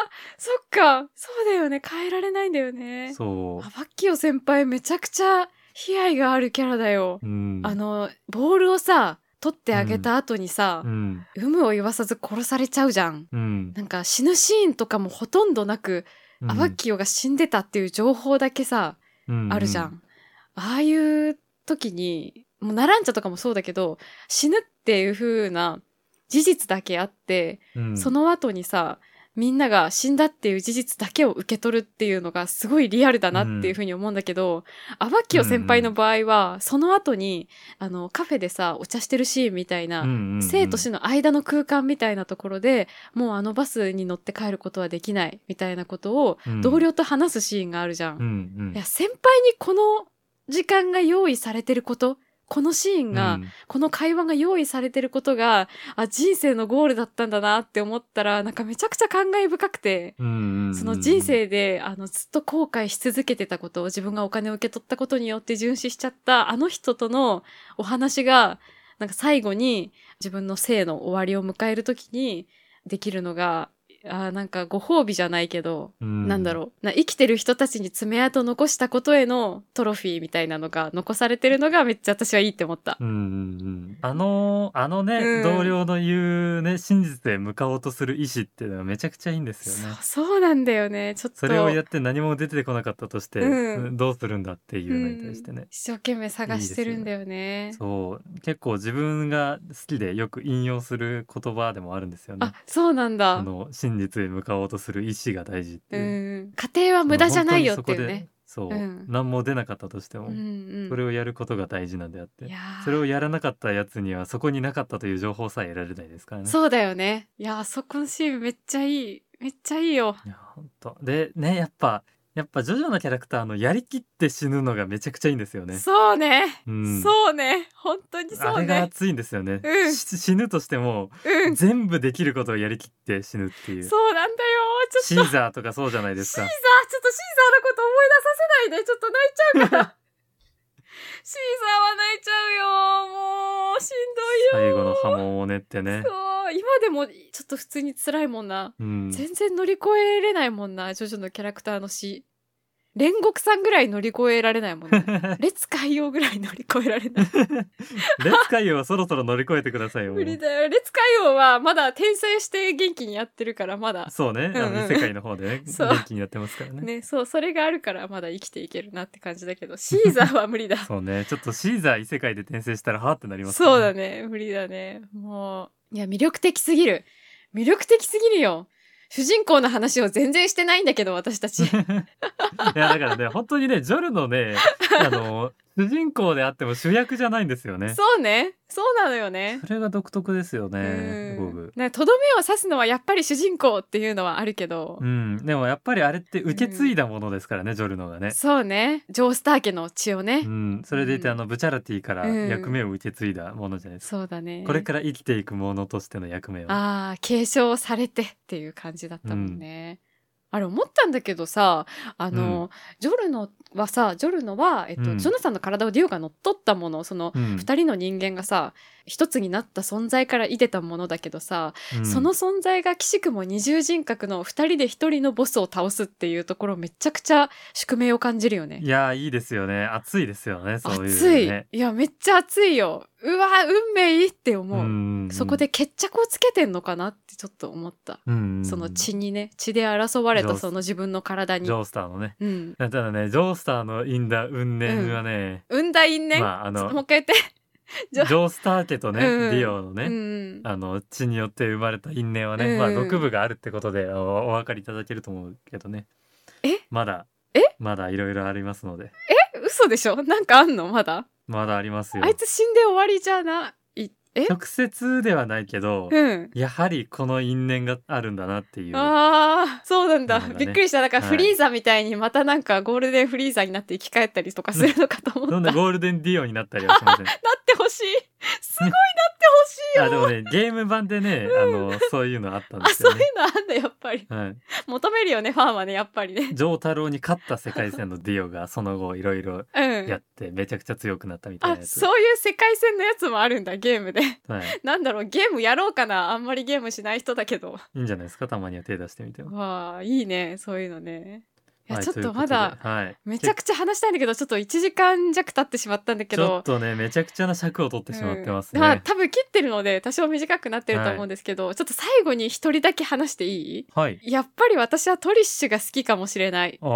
S1: あそっかそうだよね変えられないんだよね
S2: そ
S1: あバッキオ先輩めちゃくちゃ悲哀があるキャラだよ、
S2: う。うん。
S1: あのボールをさ取ってあげた後にさ
S2: う、ん。
S1: 有無を言わさず殺されちゃうじゃん
S2: うん。
S1: なんか死ぬシーンとかもほとんどなく、
S2: うん
S1: アバッキオが死んでたっていう情報だけさ、あるじゃん。。ああいう時に、もうナランチャとかもそうだけど、死ぬっていう風な事実だけあって、
S2: うんうん
S1: そ、の後にさ、みんなが死んだっていう事実だけを受け取るっていうのがすごいリアルだなっていう風に思うんだけど、アバキオ先輩の場合は、その後に、あの、カフェでさ、お茶してるシーンみたいな、生と死の間の空間みたいなところで、もうあのバスに乗って帰ることはできないみたいなことを、
S2: の
S1: 同。僚と話すシーンがあるじゃ
S2: う
S1: ん
S2: ん。うん。
S1: いや、先輩にこの時間が用意されてること、このシーンが、
S2: うん
S1: この会話が用意されてることが、あ、人生のゴールだったんだなって思ったら、なんかめちゃくちゃ感慨深くて、
S2: うんうん
S1: その人生で、あの、ずっと後悔し続けてたこと、自分がお金を受け取ったことによって殉死しちゃった、あの人とのお話が、なんか最後に自分の生の終わりを迎えるときにできるのが、あーなんかご褒美じゃないけど、
S2: うん
S1: なんだろうな生きてる人たちに爪痕を残したことへのトロフィーみたいなのが残されてるのがめっちゃ私はいいって思った。
S2: うんうんうんあのあのね、
S1: うん
S2: 同僚の言うね真実へ向かおうとする意志っていうのはめちゃくちゃいいんですよね。
S1: そうそうなんだよね。ちょっと。
S2: それをやって何も出てこなかったとして、
S1: うん
S2: うんどうするんだっていうのに対してね
S1: うん、一生懸命探してるんだよね。
S2: そう結構自分が好きでよく引用する言葉でもあるんですよね
S1: あ。、そうなん
S2: あ
S1: だ。
S2: の真実へ向かおうとする意志が大事って
S1: う
S2: いう。
S1: ん。家庭は無駄じゃないよってい
S2: その。
S1: うね。
S2: 本当にそこでそう、
S1: うん
S2: 何も出なかったとしても、
S1: うんうん。
S2: それをやることが大事なんであっ
S1: い
S2: て
S1: やー
S2: それをやらなかったやつにはそこになかったという情報さえ得られないですからね。
S1: そうだよね。いやー、そこのシーンめっちゃいい。めっちゃいいよ。
S2: いや本当でねやっぱやっぱジョジョのキャラクターのやりきって死ぬのがめちゃくちゃいいんですよね。
S1: そうね。
S2: うん
S1: そうね。本当に
S2: あ
S1: そう
S2: れが
S1: ね。
S2: 熱いんですよね、
S1: うん
S2: し死ぬとしても
S1: うん。
S2: 全部できることをやりきって死ぬっていう
S1: そうなんだよ。ちょっと、
S2: シーザーとかそうじゃないですか
S1: シーザー、ちょっとシーザーのこと思い出させないで。ちょっと泣いちゃうから。シーザーは泣いちゃうよ。もう、しんどい
S2: 最
S1: よ。
S2: 後の波紋を練ってね
S1: そう。今でも、ちょっと普通に辛いもんな。
S2: うん
S1: 全然乗り越えれないもんな、ジョジョのキャラクターの死。煉獄さんぐらい乗り越えられないもんね。列海洋ぐらい乗り越えられない。
S2: 列海王はそろそろ乗り越えてください よもう
S1: 無理だよ。列海洋はまだ転生して元気にやってるから、まだ。
S2: そうね、あ
S1: うんうん
S2: の異世界の方でね
S1: そう
S2: 元気にやってますからね
S1: ね、そう、それがあるからまだ生きていけるなって感じだけど、シーザーは無理だ。
S2: そうねちょっとシーザー異世界で転生したらはーってなりますから
S1: そうだね、無理だね。もう、いや、魅力的すぎる。魅力的すぎるよ。主人公の話を全然してないんだけど、私 た ち。
S2: いやだからね本当にねジョルの ねあの主人公であっても主役じゃないんですよね。
S1: そうね。そうなのよね。
S2: それが独特ですよね
S1: う
S2: ゴ
S1: ん
S2: ブ。
S1: なんかとどめを刺すのはやっぱり主人公っていうのはあるけど、
S2: うん、でもやっぱりあれって受け継いだものですからね、ジョルノがね。
S1: そうねジョースター家の血をね、
S2: うん、それでいて、
S1: うん
S2: あのブチャラティから
S1: うん
S2: 役目を受け継いだものじゃないですか、
S1: そうだね
S2: これから生きていくものとしての役目をね。
S1: ああ継承されてっていう感じだったもんね、あれ思ったんだけどさあの、ジョルノはさジョルノは、えっと
S2: うん
S1: ジョナサンの体をデュオが乗っ取ったものその
S2: うん
S1: 二人の人間がさ一つになった存在から出てたものだけどさ、
S2: うん
S1: その存在が岸くも二重人格の二人で一人のボスを倒すっていうところめちゃくちゃ宿命を感じるよね
S2: い。やいいですよね熱いですよねそういう
S1: 熱い。
S2: ね。
S1: いや、めっちゃ熱いよ。うわ、運命いいって思う。
S2: ん
S1: そこで、決着をつけてんのかなってちょっと思った。
S2: うん
S1: その血にね、血で争われ
S2: ジ
S1: た
S2: ョー
S1: その自分の体に
S2: ジ。ョースターのね。
S1: うん。
S2: ただねジョースターの因だ運念はね、
S1: 産んだ因ね。
S2: まああの
S1: もう一回言って。
S2: ジ
S1: ジ
S2: ョ
S1: ョ
S2: ースター家とね、
S1: うん
S2: ディオのね、
S1: うん。
S2: あの血によって生まれた因縁はね、
S1: うん
S2: まあ毒部があるってことでおお分かりいただけると思うけどね
S1: え
S2: まだ
S1: え
S2: まだいろいろありますので
S1: え嘘でしょ なんかあんのまだ。
S2: まだありますよ
S1: あいつ死んで終わりじゃない。え
S2: 直接ではないけど、
S1: うん。
S2: やはりこの因縁があるんだなっていう
S1: ああ、そうなんだ。
S2: なのがね
S1: びっくりした。だから
S2: はい
S1: フリーザみたいにまたなんかゴールデンフリーザになって生き返ったりとかするのかと思った。
S2: どん
S1: な
S2: な
S1: っ
S2: ゴールデンディオになったりはしません
S1: てほし い。すごいなってほしいよ。
S2: あでもねゲーム版でね、あのそういうのあったん
S1: あ、
S2: です
S1: そう
S2: よ
S1: いう
S2: ね
S1: のあんだ、やっぱり。
S2: はい、
S1: 求めるよね、ファンはね、やっぱりね。
S2: ジョー太郎に勝った世界線のディオがその後いろいろ
S1: う
S2: やっ
S1: ん。
S2: てめちゃくちゃ強くなったみたい
S1: あ
S2: な、やつ、
S1: そういう世界線のやつもあるんだ、ゲームで。
S2: はい、
S1: なんだろう、ゲームやろうかな。あんまりゲームしない人だけど。
S2: いいんじゃないですかたまには手出してみても。
S1: わあ、いいね、そういうのね。いや、
S2: はい
S1: ちょっ
S2: という
S1: と
S2: こと
S1: まだ
S2: で、はい、
S1: めちゃくちゃ話したいんだけど、ちょっと1時間弱経ってしまったんだけ
S2: ちょ
S1: ど
S2: っ。とねめちゃくちゃな尺を取ってしまってます
S1: うんだから
S2: ね。
S1: 多分切ってるので多少短くなってると思うんですけど、ちょっと最後に一人だけ話してい
S2: はい。
S1: いやっぱり私はトリッシュが好きかもしれない
S2: ああ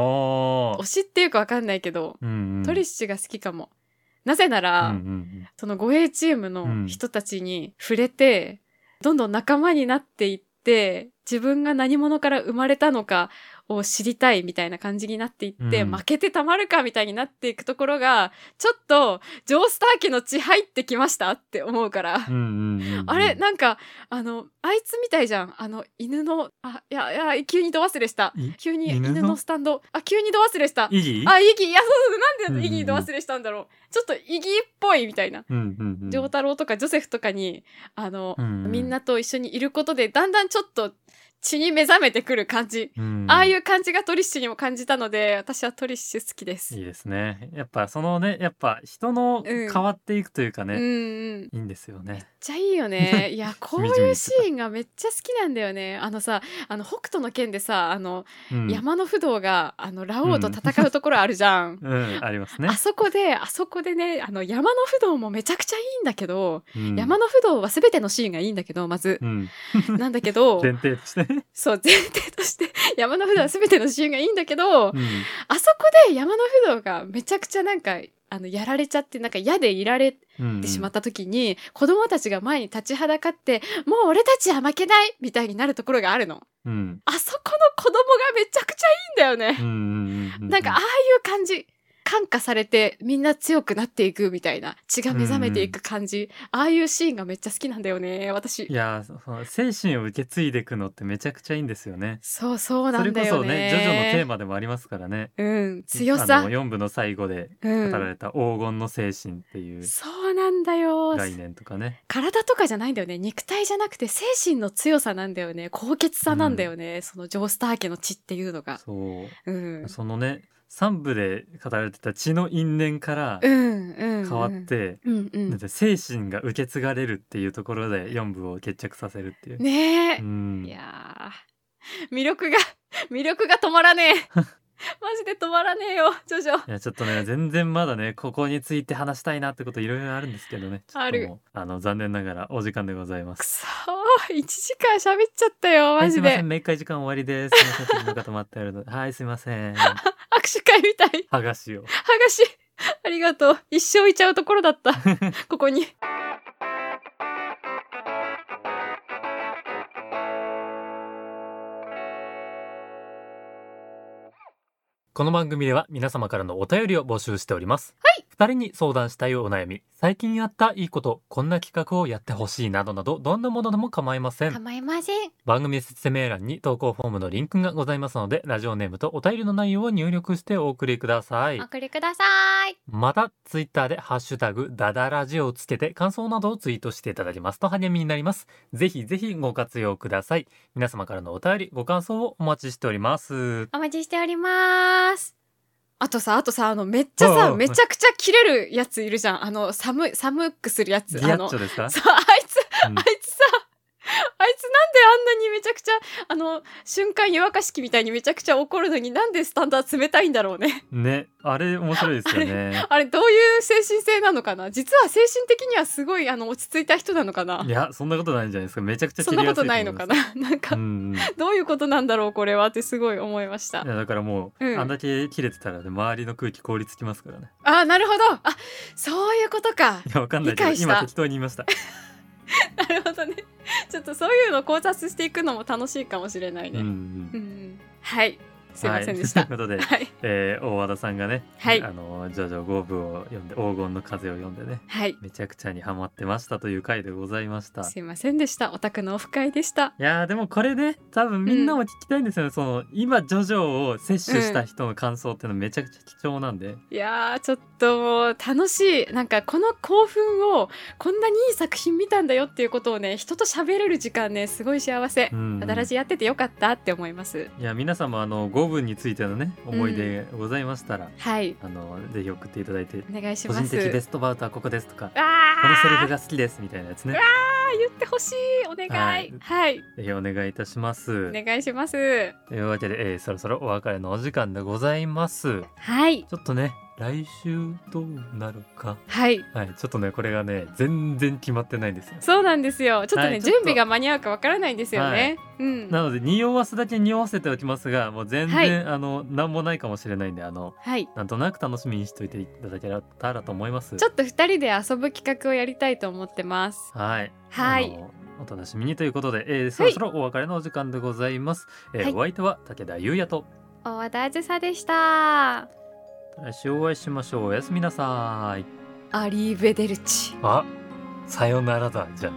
S1: 推。しっていうかわかんないけど、
S2: うんうん。
S1: トリッシュが好きかもなぜなら、
S2: うんうん
S1: その護衛チームの人たちに触れて、どんどん仲間になっていって自分が何者から生まれたのかを知りたいみたいな感じになっていって、
S2: うん
S1: 負けてたまるかみたいになっていくところがちょっとジョースター家の血入ってきましたって思うから。
S2: うん。うんうんうん
S1: あれなんかあのあいつみたいじゃんあの犬のあいやいや急に度忘れした
S2: い
S1: 急に
S2: 犬の
S1: 犬のスタンドあ急に度忘れした
S2: 意義？
S1: あイギいやそうそうそうな
S2: う
S1: ん
S2: んうん
S1: でイギー度忘れしたんだろうちょっとイギーっぽいみたいな
S2: うんうんうん。
S1: 丈太郎とかジョセフとかにあの、
S2: うんうん
S1: みんなと一緒にいることでだんだんちょっと血に目覚めてくる感じ。
S2: うん
S1: ああいう感じがトリッシュにも感じたので、私はトリッシュ好きです。
S2: いいですね。やっぱそのね、やっぱ人の
S1: うん
S2: 変わっていくというか
S1: うん
S2: ね、
S1: うん。めっ
S2: いいんですよね。
S1: ちゃいい よね。いや、こう
S2: しみじ
S1: い
S2: み
S1: うシーンがめっちゃ好きなんだよね。あのさ、あの、北斗の剣でさ、あの、
S2: うん、
S1: 山の不動が、あの、ラオウと戦うところあるじゃん。
S2: うん、あります ね
S1: あ。そこで、あそこでね、あの、山の不動もめちゃくちゃいいんだけど、
S2: うん、
S1: 山の不動は全てのシーンがいいんだけど、ま ず。
S2: うん、
S1: なんだけど、
S2: 前提としてね。
S1: そう、前提として、山の不動は全てのシーンがいいんだけど、
S2: うん
S1: あそこで山の不動がめちゃくちゃなんか、あの、やられちゃって、なんか嫌でいられ
S2: うん
S1: てしまった時に、子供たちが前に立ちはだかって、もう俺たちは負けないみたいになるところがあるの。
S2: うん。
S1: あそこの子供がめちゃくちゃいいんだよ
S2: う
S1: ね。
S2: んうんうう
S1: なんか、ああいう感じ。感化されて、みんな強くなっていくみたいな、血が目覚めていく感じ。ああいうシーンがめっちゃ好きなんだよね、私
S2: い。やーそその精神を受け継いでいくのってめちゃくちゃいいんですよね。
S1: そうそうな
S2: それ
S1: ん
S2: こ
S1: だ
S2: そ
S1: よね
S2: ね。ジョジョのテーマでもありますからね。
S1: うん、強
S2: あ
S1: さ
S2: の。4部の最後で
S1: う
S2: 語ら
S1: ん。
S2: れた黄金の精神っていう
S1: そうなんだよ。
S2: 概念とかね。
S1: 体とかじゃないんだよね。肉体じゃなくて精神の強さなんだよね。高潔さなんだよね。そのジョースター家の血っていうのが。
S2: そう。
S1: うん。
S2: そのね3部で語られてた血の因縁から
S1: うん、うん。
S2: 変わっ。て、
S1: うん、う
S2: だっ
S1: ん。
S2: て精神が受け継がれるっていうところで4部を決着させるっていう。
S1: ねえ
S2: う。ん、
S1: いやー魅力が、魅力が止ま らねえ。マジで止まらねえよ、ジョジョ。
S2: いやちょっとね全然まだねここについて話したいなってこといろいろあるんですけどねちょっともう
S1: ある
S2: あの残念ながらお時間でございます
S1: く。そー、1時間喋っちゃったよ、マジ
S2: はいすいませ
S1: で
S2: ん。。明快時間終わりです。すいません、次の方待ってあるので。はい、すいません。は
S1: 握手会みたい。
S2: がしを。
S1: 剥がし、ありがとう。一生いちゃうところ だった。ここに。
S2: この番組では皆様からのお便りを募集しております。はい。二人に相談したいお悩み、最近あったいいこと、こんな企画をやってほしいなどなど、どんなものでも構いません。
S1: 構いません。
S2: 番組説明欄に投稿フォームのリンクがございますので、ラジオネームとお便りの内容を入力してお送りください。
S1: 送りください。
S2: また、ツイッターでハッシュタグ、ダダラジオをつけて感想などをツイートしていただきますと励みになります。ぜひぜひご活用ください。皆様からのお便り、ご感想をお待ちしております。
S1: お待ちしております。あとさ、あとさ、あの、めっちゃさ、
S2: おうおう
S1: めちゃくちゃ切れるやついるじゃん。あの、寒い、寒くするや
S2: ギ
S1: つ。あ
S2: ャ
S1: の
S2: ッチ、ョですか
S1: そう、あいつ、
S2: う
S1: あい
S2: ん
S1: つさ、あいつなんであんなにめちゃくちゃ、あの、瞬間湯沸かし器みたいにめちゃくちゃ怒るのになんでスタンダー冷たいんだろうね。
S2: ね、あれ面白いですよね。
S1: あれ、どういう精神性なのかな実は精神的にはすごい、あの、落ち着いた人なのかない
S2: や、そんなことないんじゃないですか。めちゃくちゃ
S1: そ
S2: 切
S1: ん
S2: り
S1: な
S2: や
S1: こ
S2: すい
S1: とないのか
S2: 思い
S1: な なん
S2: ます。う
S1: か、
S2: んうん、い
S1: どういうことなんだろう、これはってすごい思いました。
S2: やだからもう、
S1: うん
S2: あんだけ切れてたらね、周りの空気凍りつきますからね。
S1: あー、なるほど。あ、そういうことか。
S2: いや、わかんないけど、
S1: 理解した
S2: 今適当に言いました。
S1: なるほどね。ちょっとそういうのを考察していくのも楽しいかもしれない
S2: うんう
S1: ね。うん
S2: ん、
S1: うん、はい。 すいませんでし
S2: はい、と。
S1: た
S2: いうこと で、
S1: はい。
S2: えー大和田さんがね、
S1: はい
S2: あのジョジョ5部を読んで黄金の風を読んでね
S1: はい。
S2: めちゃくちゃにハマってましたという回でございました
S1: すいませんでした。オタクのオフ会でした。
S2: いやーでもこれね多分みんなも聞きたいんですよね、その今ジョジョを摂取した人の感想ってのめちゃくちゃ貴重なんで、
S1: いやー、ちょっともう楽しい。なんかこの興奮を、こんなにいい作品見たんだよっていうことをね、人と喋れる時間ね、すごい幸せ
S2: う。ん
S1: 新しいやっててよかったって思います。
S2: いや皆様あの5部についてのね思い出ございましたら、
S1: はい。
S2: あのぜひ送っていただいて
S1: お願いし
S2: 個
S1: ます。
S2: 人的ベストバウトはここですとか
S1: あ
S2: このセリフ
S1: が
S2: が好きですみたいなやつね
S1: 言ってほしい。お願
S2: はい
S1: い。はい。
S2: ぜひお願いいたします。
S1: お願いします。
S2: というわけで、えーそろそろお別れのお時間でございます。
S1: はい。
S2: ちょっとね、来週どうなるか。
S1: はい。
S2: はい、ちょっとね、これがね、全然決まってないんですよ。
S1: そうなんですよ。ちょっとね、
S2: はいちょっと
S1: 準備が間に合うかわからないんですよね。うん。
S2: なので、匂わすだけ匂わせておきますが、もう全然、
S1: はい
S2: あの、なんもないかもしれないんで、あの、
S1: はい。
S2: なんとなく楽しみにしておいていただけたらと思います。
S1: ちょっと二人で遊ぶ企画をやりたいと思ってます。
S2: はい。
S1: はい
S2: あの。お楽しみにということで、えーそろそろお別れのお時間でございます。えー
S1: はい
S2: お相手は武田優也と、
S1: 大和田あずさでした。
S2: 来週お会いしましょう。おやすみなさい。
S1: アリーベデルチ。
S2: あ、さよならだ、じゃあ。